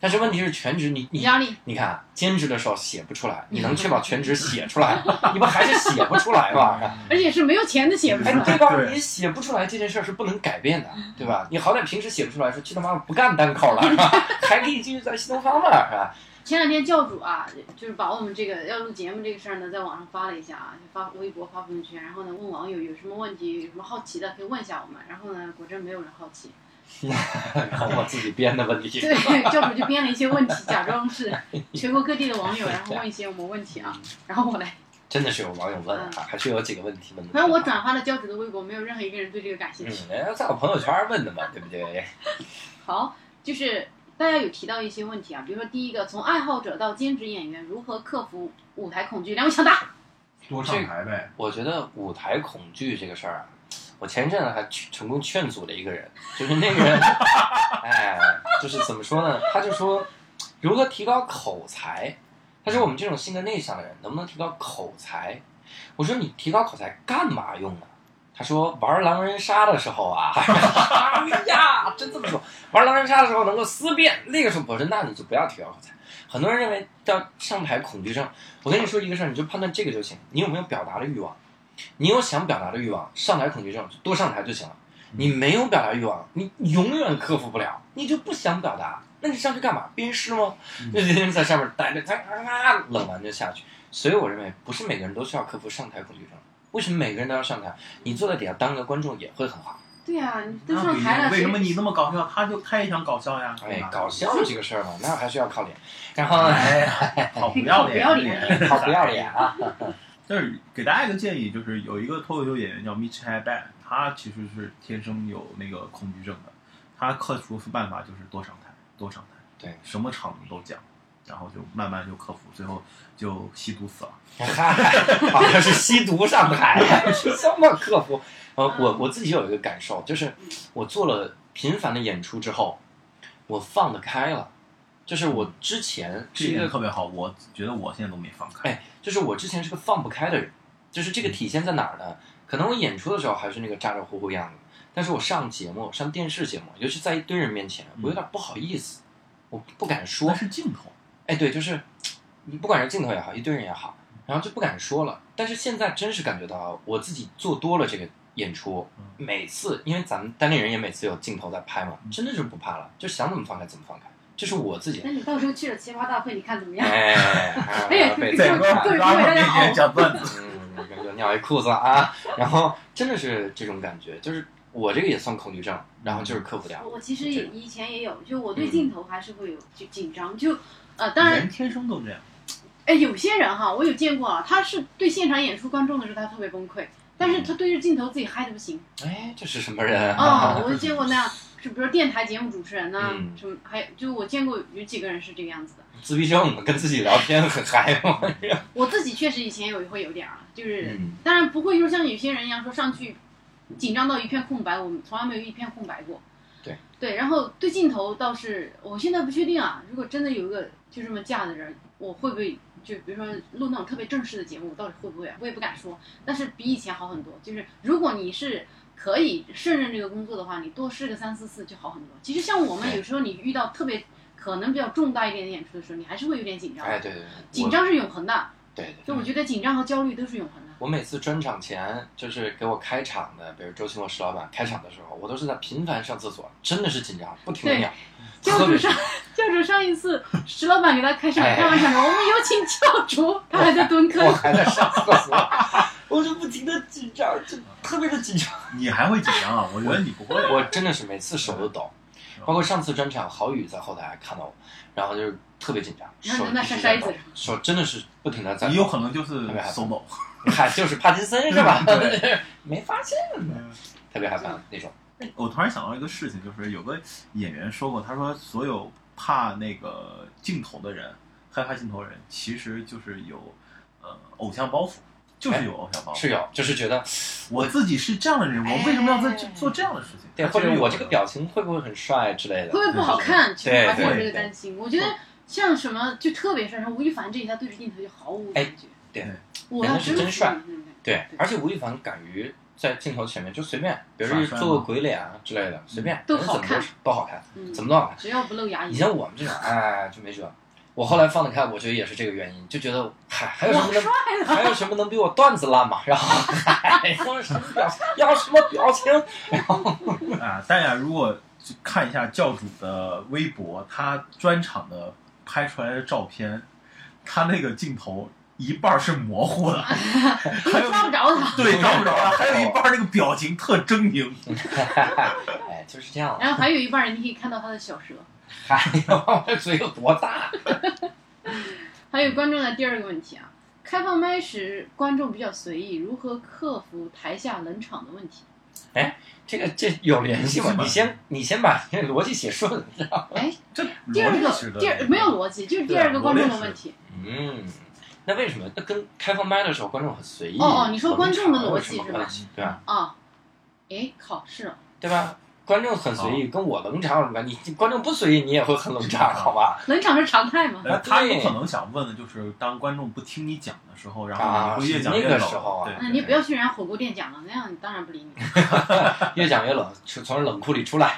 但是问题是全职你你压力你看啊，兼职的时候写不出来，你能确保全职写出 来，你不还是写不出来 吗？嗯而且是没有钱的写不出哎，对来。吧？对你写不出来这件事儿是不能改变的，对吧？你好歹平时写不出来，说去他妈不干单口了，是吧？ 还可以继续在新东方了，是吧？ 前两天教主啊，就是把我们这个要录节目这个事儿呢，在网上发了一下啊，就发微博、发朋友圈，然后呢问网友有什么问题、有什么好奇的可以问一下我们。然后呢，果真没有人好奇， 然后我自己编的问题，对，教主就编了一些问题，假装 是全国各地的网友，然后问一些我们问题啊，然后我来。真的是有网友问啊，还是有几个问题问的。反嗯正我转发了教主的微博，没有任何一个人对这个感兴嗯趣。，人家在我朋友圈问的嘛，对不对？ 好，就是大家有提到一些问题啊，比如说第一个，从爱好者到兼职演员，如何克服舞台恐惧？两位抢答。多上台呗。我觉得舞台恐惧这个事儿啊，我前一阵子还去成功劝阻了一个人，就是那个人，哎，就是怎么说呢？他就说如何提高口才，他说我们这种性格内向的人能不能提高口才？我说你提高口才干嘛用呢？啊他说玩狼人杀的时候啊， 哎呀，真这么说，玩狼人杀的时候能够思辨，那个时候我说那你就不要提高口才。很多人认为叫上台恐惧症，我跟你说一个事儿，你就判断这个就行，你有没有表达的欲望，你有想表达的欲望，上台恐惧症就多上台就行了。你没有表达欲望，你永远克服不了，你就不想表达，那你上去干嘛？鞭尸吗？那天天在上面待着，他啊冷完就下去。所以我认为，不是每个人都需要克服上台恐惧症。为什么每个人都要上台？你坐在底下当个观众也会很好。 对呀，你都那不上一台样，了，为什么谁你那么搞笑，他就他也想搞笑呀？哎对吧，搞 笑这个事儿嘛，那还是要靠脸。然后呢，哎呀，好不要脸，好不要哎脸好不要脸啊！但是给大家一个建议，就是有一个脱口秀演员叫 Mitch h a b a n 他其实是天生有那个恐惧症的，他克服办法就是多上台，多上台，对，什么场子都讲，然后就慢慢就克服，最后就吸毒死了。嗨，好像是吸毒上台，是这么克服。呃，我我自己有一个感受，就是我做了频繁的演出之后，我放得开了。就是我之前这是一一点个特别好，我觉得我现在都没放开。哎，就是我之前是个放不开的人，就是这个体现在哪儿呢？可能我演出的时候还是那个咋咋呼呼样子，但是我上节目、上电视节目，尤其在一堆人面前，我有点不好意思，我不敢说那。是镜头，哎，对，就是你不管是镜头也好，一堆人也好，然后就不敢说了。但是现在真是感觉到我自己做多了这个演出，嗯每次因为咱们单立人也每次有镜头在拍嘛，真的是不怕了，就想怎么放开怎么放开，这是我自己的。那你到时候去了奇葩大会，你看怎么样？哎，哎啊被在在各位各位拉大面家哦好前讲 段子，嗯，这个尿一裤子啊，然后真的是这种感觉，就是我这个也算恐惧症，然后就是克服掉我。我其实这也样以前也有，就我对嗯镜头还是会有就紧张，就呃，当然人天生都这样。哎，有些人哈，我有见过啊，他是对现场演出观众的时候，他特别崩溃，但嗯是他对着镜头自己嗨的不行哎，这是什么人啊、啊？我就见过那样，就比如电台节目主持人呐、嗯什么还有就我见过有几个人是这个样子的。自闭症嘛，跟自己聊天很嗨嘛。我自己确实以前有会有点儿啊，就是、嗯，当然不会说像有些人一样说上去紧张到一片空白，我们从来没有一片空白过。对对，然后对镜头倒是，我现在不确定啊，如果真的有一个就这么架的人，我会不会就比如说录那种特别正式的节目，我到底会不会啊？我也不敢说，但是比以前好很多。就是如果你是可以胜任这个工作的话，你多试个三四次就好很多。其实像我们对有时候你遇到特别可能比较重大一点的演出的时候，你还是会有点紧张的。哎，对对对，紧张是永恒的，我，对对就我觉得紧张和焦虑都是永恒的。我每次专场前，就是给我开场的，比如周奇墨石老板开场的时候，我都是在频繁上厕所，真的是紧张，不停的对尿，教特主别 上紧张。教主上一次石老板给他开场，哎开完场说我们有请教 主，他还在蹲我坑。还在上厕所，我就不停的紧张，就特别的紧张。你还会紧张啊？我觉得你不会。我真的是每次手都抖，嗯包括上次专场，郝宇在后台看到我，然后就是特别紧张，然手后你在一直那在筛抖筛子，手真的是不停的在抖。你有可能就是特别害怕手抖。嗨，就是帕金森 是吧？ 对嗯没发现，特别害怕那种。我突然想到一个事情，就是有个演员说过，他说所有怕那个镜头的人，害怕镜头的人，其实就是有呃偶像包袱，就是有偶像包袱。哎是有，就是觉得，我自己是这样的人，我为什么要在这哎做这样的事情？对，他或其实者有我这个表情会不会很帅之类的？会不会不好看？其实嗯对还是有对这个对担心。我觉得像什么就特别帅，像吴亦凡这一下对着镜头就毫无感觉。哎对我人要家是真真帅服你那种感觉对，而且吴亦凡敢于在镜头前面就随便，比如耍说帅做个吗鬼脸啊之类的，随便都人好怎么都看是都好看，嗯怎么都好看。只要不露牙你龈，像我们这种，哎，就没辙。我后来放得开，我觉得也是这个原因，就觉得，嗨，还有什么能，还有什么能比我段子烂嘛？然后，嗨，要什么表，要什么表情？啊，大家如果去看一下教主的微博，他专场的拍出来的照片，他那个镜头一半儿是模糊的，还有抓不着他。 对找不着哦了，还有一半儿那个表情特狰狞。哎，就是这样。然后还有一半人你可以看到他的小舌。嗨， 我这嘴有多大？还有观众的第二个问题啊，开放麦时观众比较随意，如何克服台下冷场的问题？这个这有联系吗是？吗你先你先把这个逻辑写顺。哎，这第二逻辑是个的啊第二没有逻辑，就是第二个观众的问题。嗯，那为什么？那跟开放麦的时候观众很随意。哦哦你说观众的逻辑有什么关系对吧？啊，哎，靠，是哦，对吧？观众很随意，跟我冷场有什么关系？你观众不随意，你也会很冷场，好吧？冷场是常态嘛？啊呃，他对有可能想问的就是，当观众不听你讲的时候，然啊后你会越讲是越那个冷。时候啊对，那你不要去人家火锅店讲了，那样你当然不理你。越讲越冷，从从冷库里出来。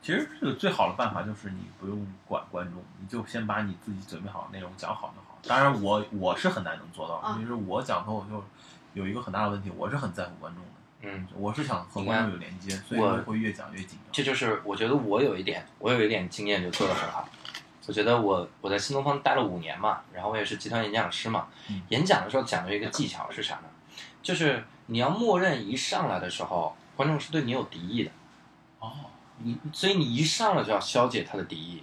其实这个最好的办法就是你不用管观众，你就先把你自己准备好的内容讲好就好。当然我，我是很难能做到啊的，就是我讲脱口秀有一个很大的问题，我是很在乎观众的，嗯，我是想和观众有连接，所以我我会越讲越紧张。这就是我觉得我有一点，我有一点经验就做得很好。我觉得我我在新东方待了五年嘛，然后我也是集团演讲师嘛。嗯演讲的时候讲究一个技巧是啥呢？就是你要默认一上来的时候，观众是对你有敌意的，哦，你所以你一上来就要消解他的敌意。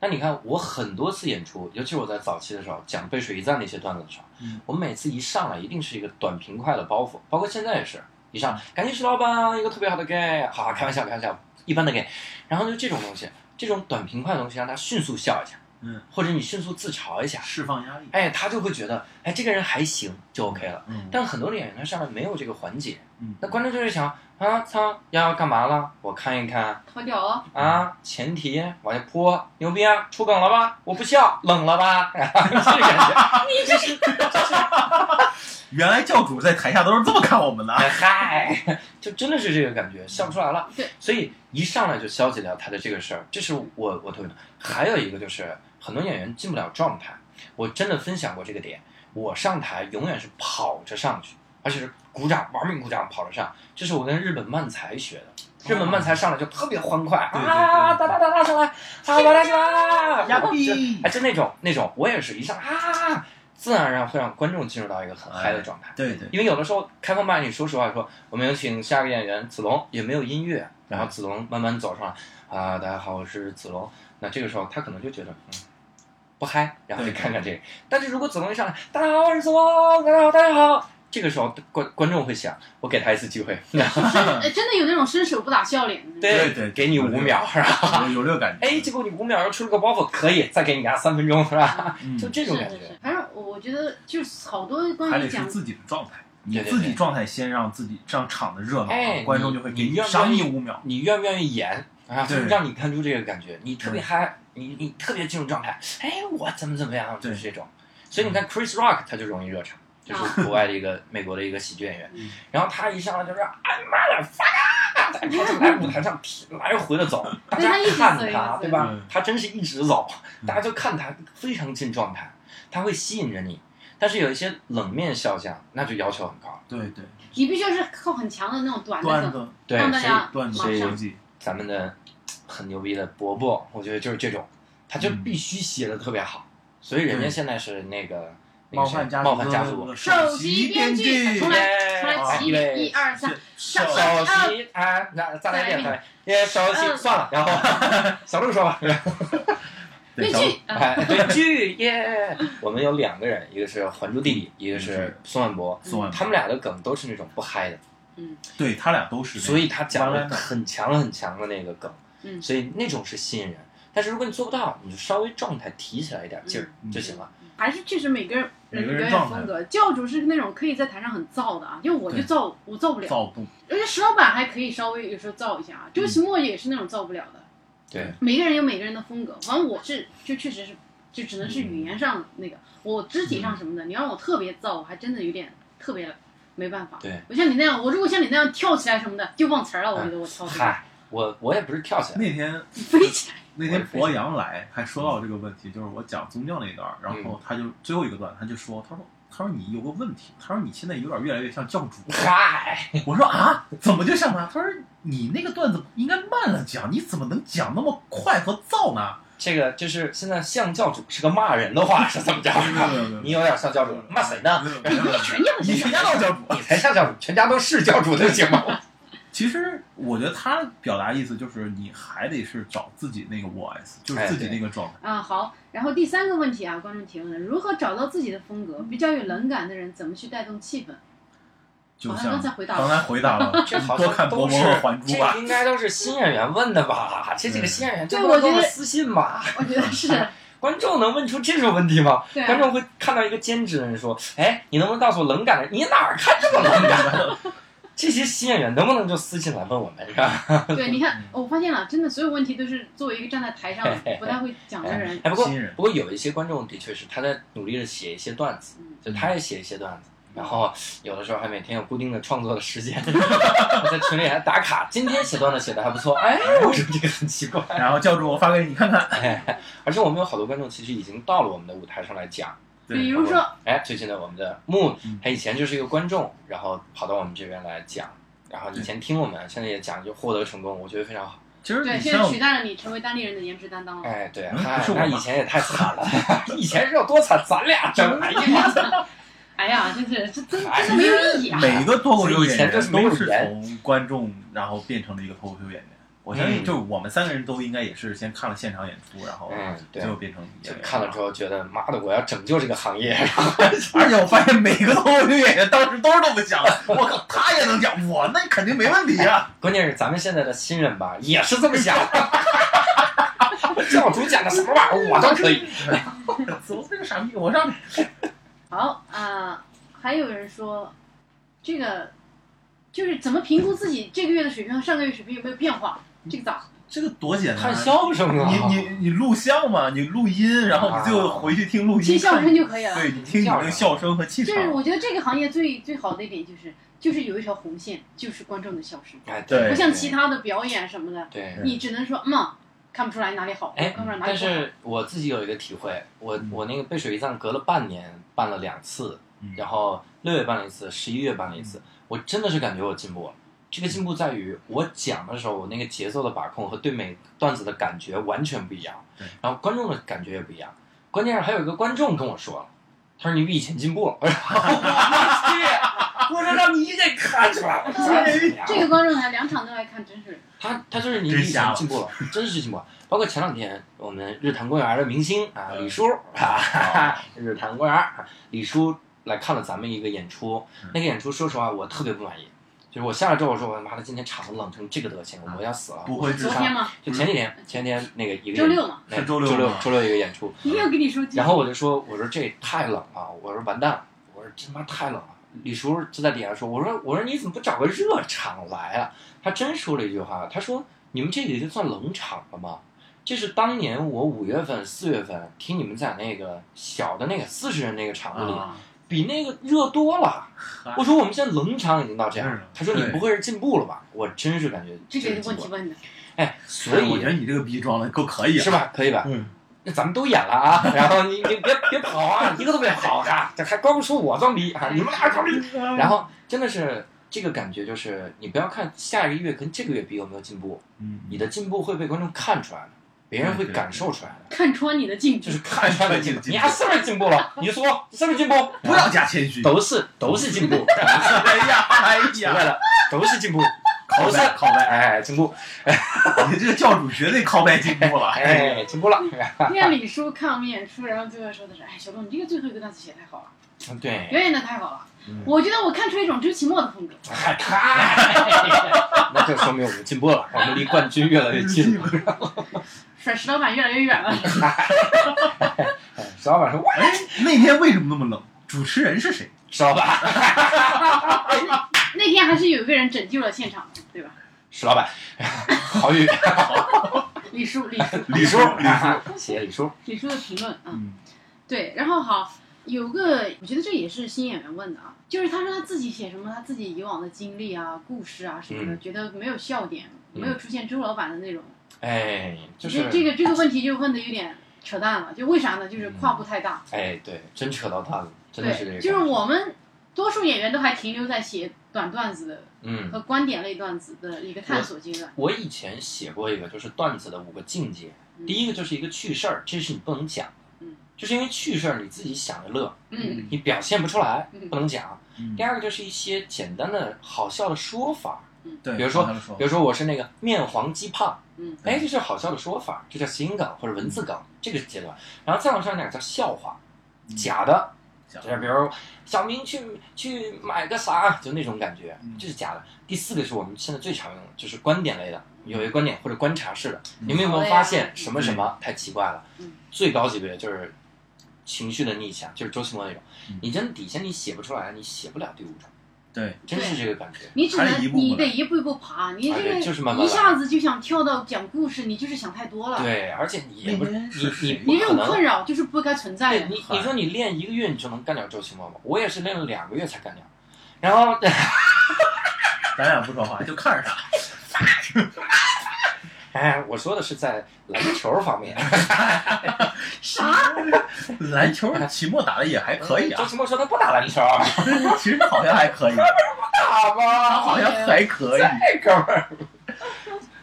那你看我很多次演出，尤其是我在早期的时候讲背水一战那些段子的时候，嗯我每次一上来一定是一个短平快的包袱，包括现在也是，一上感谢石老板，一个特别好的 gay，哈哈，开玩笑开玩笑，一般的 gay，然后就这种东西，这种短平快的东西让他迅速笑一下，嗯，或者你迅速自嘲一下，释放压力。哎，他就会觉得，哎，这个人还行，就 OK 了。嗯，但很多的演员他上来没有这个环节，嗯那观众就会想啊，操，要干嘛了？我看一看好屌哦！啊，前提往下泼，牛逼啊，出梗了吧？我不笑，冷了吧？ 这感觉。原来教主在台下都是这么看我们的。啊嗨，就真的是这个感觉，笑不出来了。对，所以一上来就消解掉他的这个事儿，这是我我特别。还有一个就是很多演员进不了状态，我真的分享过这个点。我上台永远是跑着上去，而且是鼓掌，玩命鼓掌，跑着上。这是我跟日本漫才学的。日本漫才上来就特别欢快，对对对啊，哒哒哒哒上来，啊，哒哒哒，呀就比哎，就那种那种，我也是一上啊，自然而然会让观众进入到一个很嗨的状态。对对，因为有的时候开放麦，你说实话说，我们有请下个演员子龙，也没有音乐，然后子龙慢慢走上来，啊、大家好，我是子龙。那这个时候他可能就觉得，嗯，不嗨，然后就对看看这个。但是如果子龙一上来，大家好，我是子龙，大家好，大家好，这个时候观观众会想，我给他一次机会，哎，真的有那种伸手不打笑脸的。嗯对对给你有五这个秒，是吧？ 有有这个感觉。哎，结果你五秒又出了个包袱，可以再给你压三分钟，是吧？嗯就这种感是是觉是，，反正我我觉得就是好多还关于得是讲自己的状态，你对对自对己状态先让自己让场子热闹哎，观你众就会给你你愿不赏愿你意五秒。你愿不愿意演啊？就是对让你看出这个感觉，你特别对嗨，你你特别进入状态，哎，我怎么怎么样，就是这种。所以你看嗯 Chris Rock 他就容易热场，啊就是国外的一个 美国的一个喜剧演员嗯，然后他一上来就是哎妈的 fuck 啊，他就来舞台 上踢来回的走，大家他一直看走一直他，走对吧嗯？他真是一直走，嗯大家就看他非常进状态，他会吸引着你。但是有一些冷面笑匠，那就要求很高。对对，你必须要是靠很强啊的那种短的段梗，子对，让大所以家段子所以逻辑，咱们的很牛逼的伯伯，我觉得就是这种，他就嗯必须写的特别好，所以人家对现在是那个那冒个谁犯家冒犯家族的，首席编剧，重来，重来，哎起一位一二三，首首席啊，那再来一遍，再来，也首席嗯算了，然后小鹿说吧，编剧，啊 哎，对剧耶，我们有两个人，一个是《还珠弟弟》，一个嗯是宋万博，宋万他们俩的梗都是那种不嗨的，对他俩都是那个，所以他讲弯了弯的很强很强的那个梗，嗯所以那种是吸引人。但是如果你做不到，你就稍微状态提起来一点劲儿嗯就行了。还是确实每个人每表个人演状态风格。教主是那种可以在台上很燥的啊，因为我就对燥，我燥不了。造不而且石老板还可以稍微有时候燥一下啊，周奇墨也是那种燥不了的。嗯对，每个人有每个人的风格，反正我是就确实是，就只能是语言上那个，我肢体嗯上什么的，你让我特别燥，我还真的有点特别没办法。对，我像你那样，我如果像你那样跳起来什么的，就忘词儿了。我觉得我操，啊嗨，我我也不是跳起来，那天飞起来，那天博洋来还说到这个问题，就是我讲宗教那一段儿，然嗯后他就最后一个段，他就说，他说。他说你有个问题，他说你现在有点越来越像教主。嗨，我说啊，怎么就像他？他说你那个段子应该慢了讲，你怎么能讲那么快和燥呢？这个就是现在像教主是个骂人的话，是怎么着？你有点像教主，骂谁呢？你你全样你全家都教主。你才像教主，全家都是教主就 行吗？其实我觉得他表达意思就是，你还得是找自己那个 voice，就哎是自己对那个状态。啊，好。然后第三个问题啊，观众提问的，如何找到自己的风格？比较有冷感的人怎么去带动气氛？就好像像刚才回答了刚才回答了，这你好多像看《都博是魔和还珠》啊嗯吧这。应该都是新演员问的吧？这几个新演员就对我觉得都是私信吧？我觉得 是，观众能问出这种问题吗？对啊观众会看到一个兼职的人说：“哎，你能不能告诉我冷感的？你哪儿看这么冷感？” 这些新演员能不能就私信来问我们，是吧？ 对，你嗯看，哦我发现了，真的所有问题都是作为一个站在台上不太会讲的人， 哎，不过新人不过有一些观众的确是他在努力的写一些段子，嗯就他也写一些段子，然后有的时候还每天有固定的创作的时间，在群里还打卡，今天写段子写的还不错，哎，我说这个很奇怪，然后教主，我发给你看看。哎，而且我们有好多观众其实已经到了我们的舞台上来讲， 比 对，如说，哎，最近的我们的木嗯，他以前就是一个观众，然后跑到我们这边来讲，然后以前听我们，现在也讲，就获得成功，我觉得非常好。其实对，你现在像取代了你成为当地人的颜值担 当了。哎，对，嗯嗨不是我那吗以前也太惨 了，以前是有多惨，咱俩真哎呀，哎呀，真是这真哎真的没有意义啊！每一个脱口秀以前演就是员没有都是人从观众，然后变成了一个脱口秀演员。我相信，嗯就是我们三个人都应该也是先看了现场演出，然后嗯对最后变成就演员。看了之后觉得妈的，我要拯救这个行业， 而且我发现每个脱口秀演员当时都是这么 想的。我靠，他也能讲，我那肯定没问题啊！ 关键是咱们现在的新人吧，也是这么想。 教主讲的什么玩意儿，我都可以。走，这个傻逼，我上去。好啊、还有人说，这个就是怎么评估自己这个月的水平和上个月水平有没有变化？这个咋？这个多简单 看！笑声啊！你你你录像嘛，你录音，然后你就回去听录音，听笑啊声就可以了。嗯对，你听你那个笑声和气就场。是我觉得这个行业最最好的一点就是，就是有一条红线，就是观众的笑声，哎，对不像其他的表演什么的，对。对你只能说嗯，看不出来哪里好，哎看不出来哪里但不好。是我自己有一个体会，我嗯我那个背水一战隔了半年办了两次，嗯然后六月办了一次，十一月办了一次，我真的是感觉我进步了。这个进步在于我讲的时候，我那个节奏的把控和对每段子的感觉完全不一样对，然后观众的感觉也不一样。关键是还有一个观众跟我说了，他说你比以前进步了， 我说我啊去，我说让你一眼看出 来了，这个观众呢，两场都来看，真是他他就是你真以瞎前了进步了，真是进步了。包括前两天我们日坛公园的明星啊，嗯哦李叔啊， 日坛公园啊李叔来看了咱们一个演出嗯，那个演出说实话我特别不满意，就是我下来之后我说我妈的今天场子冷成这个德行，我要死了。嗯不会昨智天商，嘛，就前几天前几天那个一个周演六嘛，那是周六周六吗周六一个演出，一定要跟你说几句。然后我就说，我说这太冷了，我说完蛋了，我说这他妈太冷了。李叔就在底下说，我说我说你怎么不找个热场来啊？他真说了一句话，他说你们这个就算冷场了吗？这是当年我五月份、四月份听你们在那个小的那个四十人那个场子里，啊比那个热多了。我说我们现在冷场已经到这样是了的，他说你对不会是进步了吧？我真是感觉这是个进问步题了。问的，哎，所我觉得以你这个逼装的够可以啊，是？吧？可以吧？嗯，那咱们都演了啊， 然后你你别别跑啊，一个都别跑啊，这还光不说我装逼啊，你们俩装逼。然后真的是这个感觉，就是你不要看下一个月跟这个月比有没有进步，嗯，你的进步会被观众看出来的，别人会感受出来的，看穿你的境就界是。看出来的进步。你丫是不是进步嗯了？你说你是不是进步？不要加谦虚。都是都是 进步，哎呀，哎 明白呀，了，都是进步，靠都是背靠背，哎进步，你这个教主绝对靠背进步了。哎， 哎进步了。念李叔看我们演出，然后最后说的是：“哎，小龙，你这个最后一个段子写得太好了，对，表演的太好了。嗯我觉得我看出一种周奇墨的风格。嗨，哎那就说明我们进步了，我们离冠军越来越近 了。甩石老板越来越远了。 石老板说：“喂，哎那天为什么那么冷？主持人是谁？石老板，那天还是有一个人拯救了现场的，对吧？石老板，郝宇，李叔，李叔，李叔，李叔，叔，谢谢李叔。李叔的评论啊、嗯，对，然后好，有个我觉得这也是新演员问的啊，就是他说他自己写什么他自己以往的经历啊、故事啊什么的，嗯觉得没有笑点，嗯没有出现周老板的那种。哎，就这这是，个这个问题就问的有点扯淡了，就为啥呢？就是跨步太大。哎，对，真扯到他了，真的是这对，个。就是，我们多数演员都还停留在写短段子的嗯，和观点类段子的一个探索阶段。我以前写过一个，就是段子的五个境界。嗯第一个就是一个趣事儿，这是你不能讲的，嗯就是因为趣事儿你自己想着乐，嗯，你表现不出来嗯，不能讲。第二个就是一些简单的好笑的说法，对，比如说刚才说比如说我是那个面黄肌胖，嗯，哎，这是好笑的说法，这叫谐音梗或者文字梗，嗯这个阶段。然后再往上点叫笑话，假的，讲就是比如小明去去买个啥，就那种感觉嗯，这是假的。第四个是我们现在最常用的，就是观点类的，有一个观点或者观察式的，嗯你们有没好有呀发现什么什么太奇怪了嗯？最高级别就是情绪的逆向，就是周奇墨那种嗯，你真底下你写不出来，你写不了第五种。对，真是这个感觉。你只能还是一步步你来得一步一步爬，你啊这对个就是慢慢一来下子就想跳到讲故事，你就是想太多了。对，而且你也不那你天是你谁你不这可种困能。扰就是不该存在哎对的。哎你，你说你练一个月你就能干掉周奇墨吗？我也是练了两个月才干掉，然后 咱俩不说话，就看着他。哎，我说的是在篮球方面。啥？篮球嗯期末打的也还 可以哎周啊，奇墨说他不打篮球，啊 其实好像还可以，嗯打他吧，好像还可以。这哎哥们儿。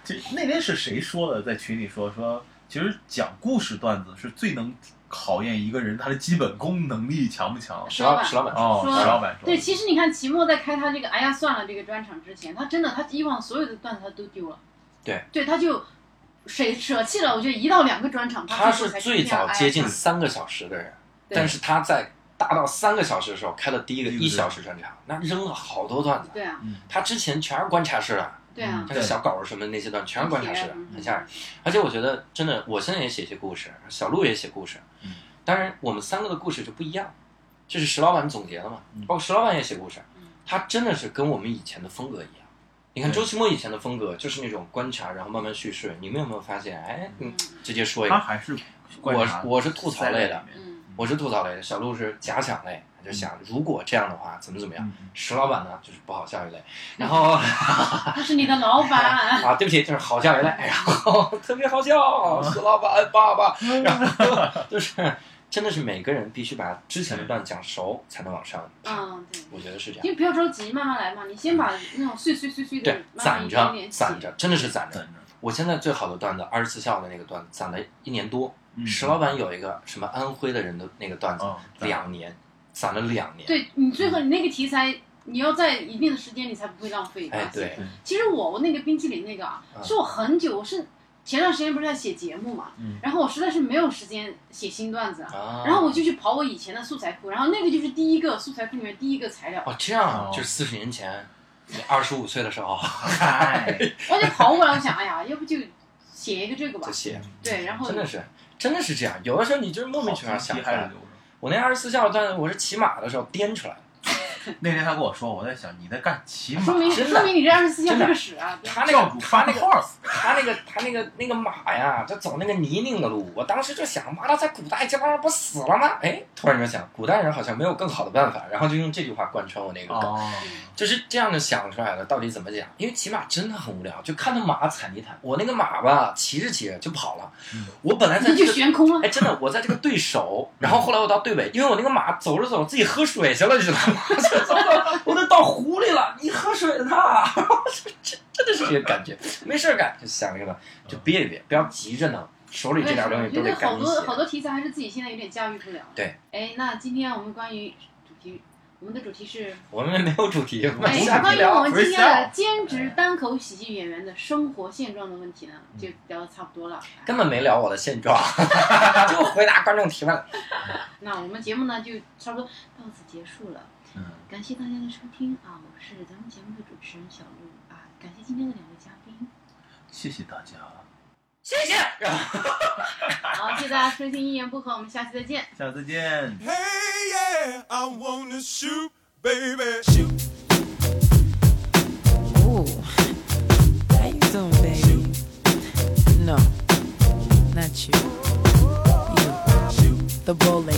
其实那天是谁说的，在群里说说，其实讲故事段子是最能考验一个人他的基本功能力强不强。石老石老板说，哦，说石老板说，对，其实你看齐墨在开他这个“哎呀算了”这个专场之前，他真的他以往所有的段子他都丢了。对，对，他就舍舍弃了。我觉得一到两个专场，最他是后才最出现了早接近哎呀三个小时的人，对但是他在达到三个小时的时候开了第一个第一个一小时专场，那扔了好多段子。对啊，嗯，他之前全是观察式的，对啊嗯，像小稿什么的那些段全是观察式的，啊嗯很吓人。而且我觉得真的，我现在也写些故事，小鹿也写故事嗯，当然我们三个的故事就不一样。这是石老板总结的嘛嗯，包括石老板也写故事嗯，他真的是跟我们以前的风格一样。你看对周奇墨以前的风格就是那种观察，然后慢慢叙事。你们有没有发现？哎，嗯，直接说一他个，还是我是我是吐槽类的，嗯，我是吐槽类的，小鹿是假想类，就想如果这样的话怎么怎么样。嗯石老板呢就是不好笑一类，然后。他是你的老板。 啊，对不起，就是好笑一类， 然后特别好笑，石老板爸爸，嗯然后就是真的是每个人必须把之前的段讲熟，才能往上爬。嗯，对。我觉得是这样，因为不要着急，慢慢来嘛。你先把那种碎碎碎碎对的，慢慢攒一点着点，攒着，真的是攒等着。着，我现在最好的段子，二十四孝的那个段子，攒了一年多。嗯石老板有一个什么安徽的人的那个段子，哦两年，攒了两年。对你最后你那个题材，你要在一定的时间，你才不会浪费。哎，对，其实我我那个冰淇淋那个啊，嗯是我很久，我是前段时间不是在写节目嘛，嗯然后我实在是没有时间写新段子啊，啊，然后我就去刨我以前的素材库，然后那个就是第一个素材库里面第一个 材料，哦，这样啊哦就是四十年前，你二十五岁的时候 嗨，我就刨过来，我想，哎呀，要不就写一个这个吧就，哦写，对，然后真的是真的是这样。有的时候你就是莫名其妙想题出来还的是。留着。我那二十四孝段，我是骑马的时候颠出来的。那天他跟我说，我在想你在干骑马，说明真的说明你这二十四孝真的是个屎啊，对他那教个主他发那那个 horse，他那个他那个那个马呀，他走那个泥泞的路，我当时就想，妈的，在古代这帮人不死了吗？哎，突然就想，古代人好像没有更好的办法，然后就用这句话贯穿我那个梗，哦，就是这样的想出来的。到底怎么讲？因为骑马真的很无聊，就看着马踩泥潭。我那个马吧，骑着骑着就跑了嗯，我本来在你这就个悬空了 哎，。真的，我在这个对手，然后后来我到对尾，因为我那个马走着走着自己喝水去了，你知道吗？ 就走到我都到湖里了，你喝水呢？ 这真的是这个感觉，没事儿干就想这个，就憋一憋，不要急着呢，手里这点东我西觉都得得好赶紧多好写。多题材还是自己现在有点驾驭不了。对。哎，那今天我们关于主题，我们的主题是我们没有主题，我们哎，瞎关于我聊。们今天的兼职单口喜剧演员的生活现状的问题呢，嗯就聊的差不多了。根本没聊我的现状， 就回答观众提问。哎那我们节目呢就差不多到此结束了，嗯，感谢大家的收听啊！我是咱们节目的主持人小鹿啊，感谢今天的两位嘉 宾，谢谢大家，谢谢。好，谢谢大家收听一言不合，我们下期再见。下次见。 Hey, yeah, I wanna shoot, baby. Shoot. Ooh. How you doing, baby? No, not you. You. The bowling